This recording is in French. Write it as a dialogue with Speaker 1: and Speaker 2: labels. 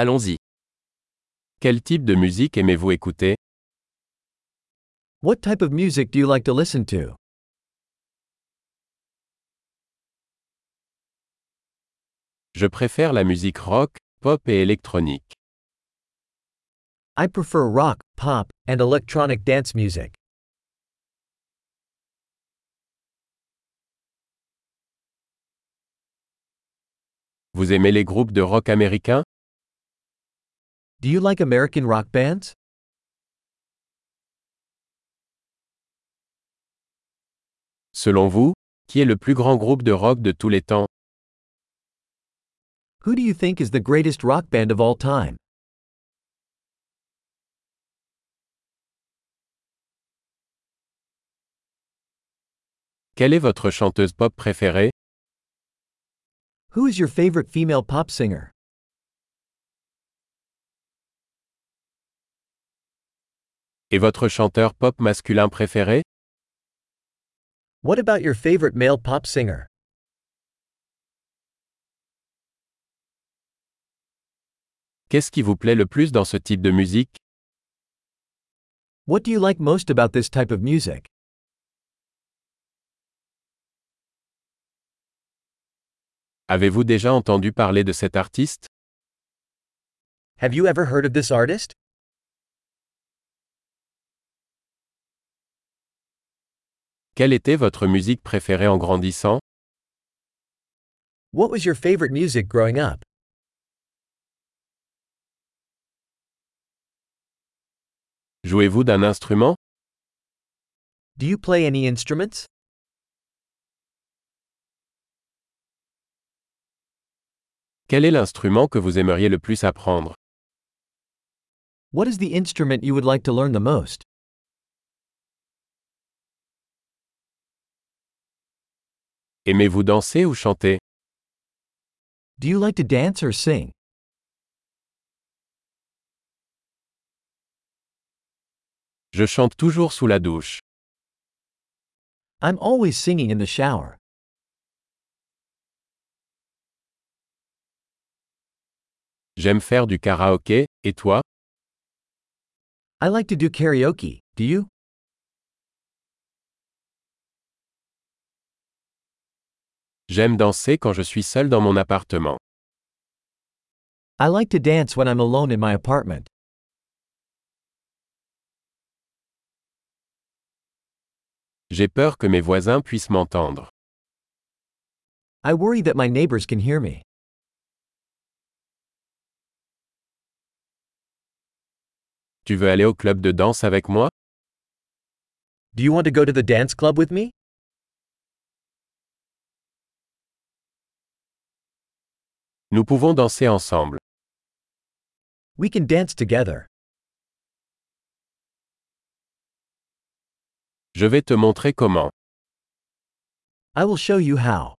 Speaker 1: Allons-y. Quel type de musique aimez-vous écouter
Speaker 2: What type of music do you like to listen to?
Speaker 1: Je préfère la musique rock, pop et électronique.
Speaker 2: I prefer rock, pop, and electronic dance music.
Speaker 1: Vous aimez les groupes de rock américains
Speaker 2: Do you like American rock bands?
Speaker 1: Selon vous, qui est le plus grand groupe de rock de tous les temps
Speaker 2: Who do you think is the greatest rock band of all time?
Speaker 1: Quelle est votre chanteuse pop préférée
Speaker 2: Who is your favorite female pop singer?
Speaker 1: Et votre chanteur pop masculin préféré
Speaker 2: What about your favorite male pop singer?
Speaker 1: Qu'est-ce qui vous plaît le plus dans ce type de musique
Speaker 2: What do you like most about this type of music?
Speaker 1: Avez-vous déjà entendu parler de cet artiste
Speaker 2: Have you ever heard of this artist?
Speaker 1: Quelle était votre musique préférée en grandissant
Speaker 2: What was your favorite music growing up?
Speaker 1: Jouez-vous d'un instrument
Speaker 2: Do you play any instruments?
Speaker 1: Quel est l'instrument que vous aimeriez le plus apprendre
Speaker 2: What is the instrument you would like to learn the most?
Speaker 1: Aimez-vous danser ou chanter
Speaker 2: Do you like to dance or sing?
Speaker 1: Je chante toujours sous la douche.
Speaker 2: I'm always singing in the shower.
Speaker 1: J'aime faire du karaoké, et toi
Speaker 2: I like to do karaoke, do you?
Speaker 1: J'aime danser quand je suis seul dans mon appartement.
Speaker 2: I like to dance when I'm alone in my apartment.
Speaker 1: J'ai peur que mes voisins puissent m'entendre.
Speaker 2: I worry that my neighbors can hear me.
Speaker 1: Tu veux aller au club de danse avec moi
Speaker 2: Do you want to go to the dance club with me?
Speaker 1: Nous pouvons danser ensemble.
Speaker 2: We can dance together.
Speaker 1: Je vais te montrer comment.
Speaker 2: I will show you how.